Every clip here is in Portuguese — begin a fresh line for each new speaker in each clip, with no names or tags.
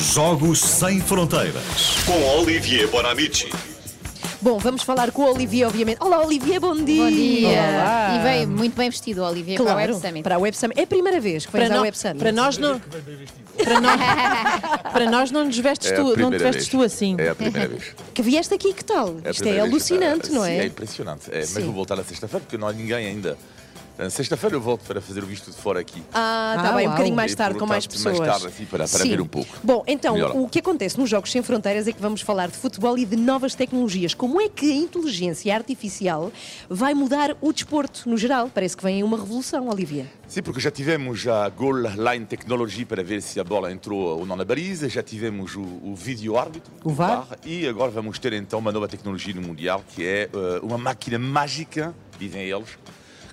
Jogos sem fronteiras.
Com Olivier Bonamici.
Bom, vamos falar com o Olivier, obviamente. Olá, Olivier, bom dia.
Bom dia.
Olá.
E veio muito bem vestido, Olivia,
Claro,
para o Web Summit.
para a Web Summit. É a primeira vez que vens
para,
à
nó-
Web Summit.
para nós não. Para nós, para nós não nos vestes
É a
tu, não
primeira
te vestes
vez.
tu assim.
É a primeira vez.
Que vieste aqui, que tal?
É a
Isto é
primeira vez.
alucinante,
Ah,
não
sim,
é?
É impressionante. É,
Sim.
mas vou voltar na sexta-feira porque não há ninguém ainda. Na Sexta-feira eu volto para fazer o visto de fora aqui.
Ah, está
Ah,
bem, um
uau.
bocadinho mais
E
tarde, com mais
portanto, mais
pessoas.
tarde, assim, para- para
Sim.
ver um pouco.
Bom, então,
Melhor.
o que acontece nos Jogos Sem Fronteiras é que vamos falar de futebol e de novas tecnologias. Como é que a inteligência artificial vai mudar o desporto, no geral? Parece que vem uma revolução, Olivia.
Sim, porque já tivemos a Goal Line Technology para ver se a bola entrou ou não na baliza, já tivemos o, o vídeo árbitro,
O VAR.
e agora vamos ter então uma nova tecnologia no Mundial que é eh, uma máquina mágica, dizem eles,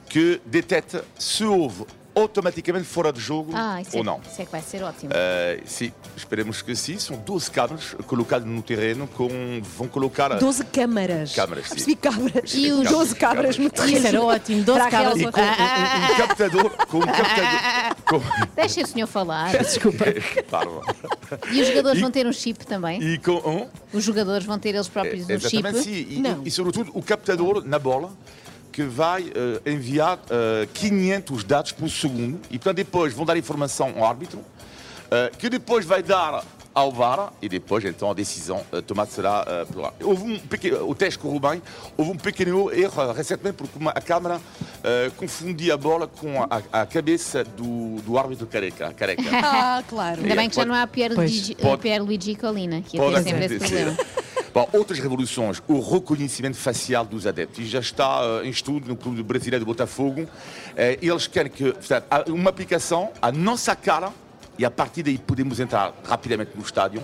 que detecta se houve automaticamente fora de jogo
Ah, isso
ou
é,
não.
isso é que vai ser ótimo.
Eh, sim, esperemos que sim. São 12 cabos colocados no terreno com. vão colocar.
12 câmaras.
Ah. Câmaras, sim.
Percebi câmaras.
E os-
12 câmaras
Câmaras.
no
Isso
terreno.
era ótimo, 12
Para
cabras.
E
aquela-
com um, um- um captador. Com um captador. Com,
Deixa o senhor falar.
Desculpa.
Parva.
E os jogadores
E-
vão ter um chip também.
e com um.
Os jogadores vão ter eles
Eh,
próprios um chip.
Exatamente, sim. E,
Não.
e, sobretudo o captador na bola que vai eh, enviar eh, 500 dados por segundo e portanto depois vão dar informação ao árbitro eh, que depois vai dar ao VAR e depois então a decisão eh, tomada será eh, pelo VAR. Houve um pequeno, o teste com o Rubem, houve um pequeno erro eh, recentemente porque uma, a câmara eh, confundia a bola com a, a- a cabeça do, do árbitro careca. careca.
Ah, claro.
Ainda
euh,
bem que já não há Pierre
Pois.
Luigi, eh,
Pode-
Pierre Luigi Colina, que ia
Pode
ter sempre esse
acontecer. Tá
problema.
Bom, outras revoluções, o reconhecimento facial dos adeptos. Isto já está eh, em estudo no Clube Brasileiro de Botafogo. Eh, eles querem que, portanto, há uma aplicação, a nossa cara, e a partir daí podemos entrar rapidamente no estádio,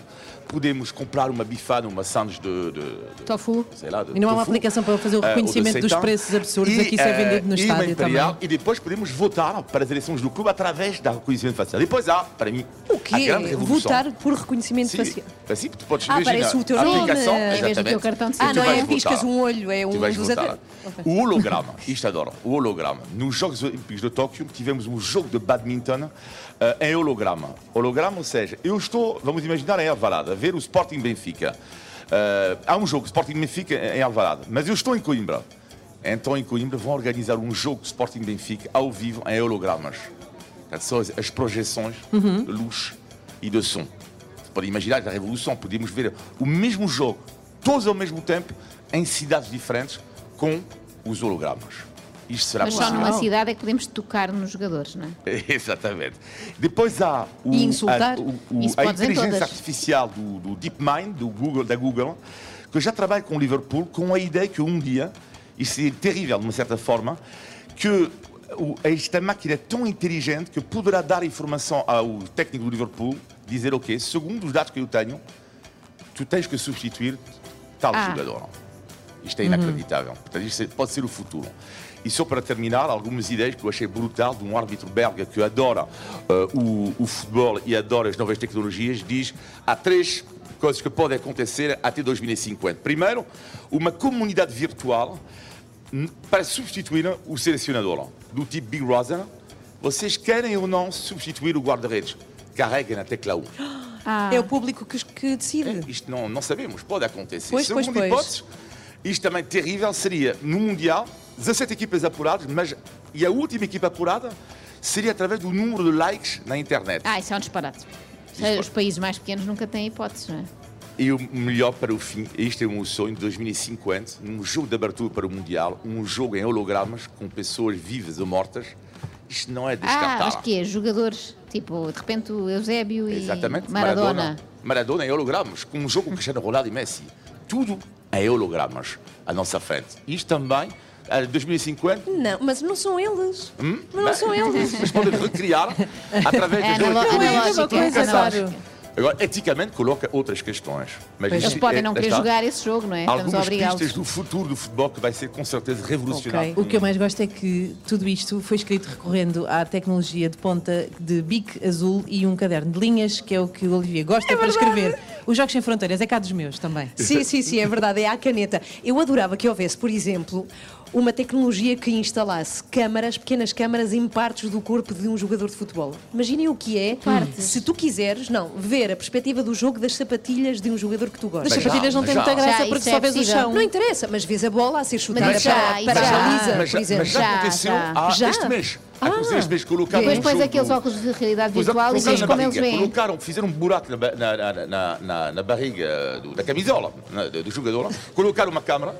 podemos comprar uma bifana, uma sandes de, de- de-
Tofu.
sei lá, de
E não há uma
tofu,
aplicação para fazer o
eh, ou de
reconhecimento dos
seitan.
preços absurdos a que isso é
eh,
vendido no
e uma
estádio
imperial,
também.
E depois podemos votar para as eleições do clube através da reconhecimento facial. Depois há, para mim,
O
a
quê?
grande revolução.
Votar por reconhecimento
Sim,
facial.
assim tu podes
Ah,
imaginar.
aparece o teu
a
nome,
aplicação,
em
vez do
exatamente.
teu cartão de
Tu
Ah,
Ah, não
vais
é piscas
votar.
um olho, é
Tu
um
vais
dos
votar.
atores.
O holograma, isto adoro, o holograma. Nos Jogos Olímpicos de Tóquio tivemos um jogo de badminton eh, em holograma. Holograma, ou seja, eu estou, vamos imaginar, em Alvalade, a ver o Sporting Benfica. Eh, há um jogo Sporting Benfica em Alvalade, mas eu estou em Coimbra. Então, em Coimbra, vão organizar um jogo de Sporting Benfica ao vivo em hologramas. Portanto, São as, as projeções
Uhum.
de luz e de som. Você pode imaginar a revolução, podíamos ver o mesmo jogo, todos ao mesmo tempo, em cidades diferentes, com os hologramas. Isto será
Mas só
possível.
numa cidade é que podemos tocar nos jogadores, não é?
Exatamente. Depois há o-
E insultar?
a, o- o-
Isso
a
pode ser
inteligência
todas.
artificial do, do DeepMind, do Google, da Google, que já trabalha com o Liverpool com a ideia que um dia, isso é terrível de uma certa forma, que o- esta máquina é tão inteligente que poderá dar informação ao técnico do Liverpool, dizer, ok, segundo os dados que eu tenho, tu tens que substituir tal
Ah.
jogador. Isto é inacreditável. Portanto, isto pode ser o futuro. E só para terminar, algumas ideias que eu achei brutal de um árbitro belga que adora eh, o, o futebol e adora as novas tecnologias, diz há três coisas que podem acontecer até 2050. Primeiro, uma comunidade virtual n- para substituir o selecionador, do tipo Big Brother. Vocês querem ou não substituir o guarda-redes? Carreguem na tecla 1.
Ah.
É o público que, que decide.
É,
Isto não, não sabemos, pode acontecer.
É. Pois, pois,
Segunda
pois.
hipótese, isto também terrível seria no Mundial, 17 equipas apuradas, mas e a última equipa apurada seria através do número de likes na internet.
Ah, isso é um disparate.
Isso
Os países mais pequenos nunca têm hipóteses, não é?
E o melhor para o fim, este é um sonho de 2050, um jogo de abertura para o Mundial, um jogo em hologramas com pessoas vivas ou mortas. Isto não é
Ah,
descartável.
mas que é? Jogadores, tipo, de repente o Eusébio e
Exatamente.
Maradona.
Maradona em hologramas, com um jogo com Cristiano Ronaldo e Messi. Tudo em hologramas à nossa frente. Isto também, eh, em 2050,
Hum,
Não, mas não são eles. Mas não
bem,
são eles.
Mas podem recriar através
É
de
analo-
Não é a mesma
analógico,
coisa,
é analógico.
claro.
Agora, eticamente, coloca outras questões. Mas
Eles
isto
podem
é-
não
lá
querer
está.
jogar esse jogo, não é? Estamos a
Algumas pistas
obrigá-los.
do futuro do futebol que vai ser com certeza revolucionário.
Ok.
O que eu mais gosto é que tudo isto foi escrito recorrendo à tecnologia de ponta de bic azul e um caderno de linhas, que é o que o Olivia gosta para escrever. Os Jogos Sem Fronteiras é cá dos meus também.
Sim, sim, sim, é verdade, é à caneta. Eu adorava que houvesse, por exemplo, uma tecnologia que instalasse câmaras, pequenas câmaras em partes do corpo de um jogador de futebol. Imaginem o que é, se tu quiseres, não, ver a perspectiva do jogo das sapatilhas de um jogador que tu
As
gostas.
Mas já,
sapatilhas não
mas
têm
já.
muita graça
Já,
porque
isso
só
é
vês o
possível.
chão.
Não interessa, mas vês a bola a ser chutada
Mas já,
para, para
já.
a baliza,
Mas já,
por exemplo.
mas já
Já,
aconteceu
já.
ah,
Já?
este mês.
Ah.
aconteceu este mês. Colocaram
Depois
um
pões
jogo-
aqueles óculos de realidade
Pois é,
virtual e
colocaram
vês
na
como eles
barriga,
veem.
Colocaram, fizeram um buraco na, ba- na, na, na, na, na barriga eh, do- da camisola né, do, do jogador. colocaram uma câmera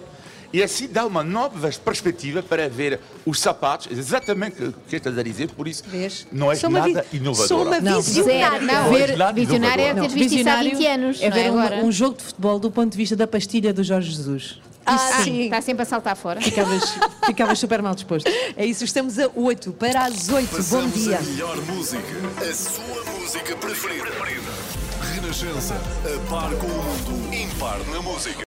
e assim dá uma nova perspectiva para ver os sapatos, É exatamente o que estás a dizer, por isso
Vês?
não é
Sou uma
nada
vi-
inovador.
sou uma
Não,
Zero,
visionária.
não.
Ver- Lá de
Visionário é
Inovador.
teres visto isso há
Visionário
20 anos,
é
não é
ver um-
agora?
um, jogo de futebol do ponto de vista da pastilha do Jorge Jesus.
Ah,
Ah,
sim.
Está sempre a saltar fora.
Ficavas, ficavas super mal disposto.
É isso, estamos a 8 para as 8. Bom
Passamos
dia.
a melhor música. A sua música preferida. Renascença. A par com o mundo. Impar na música.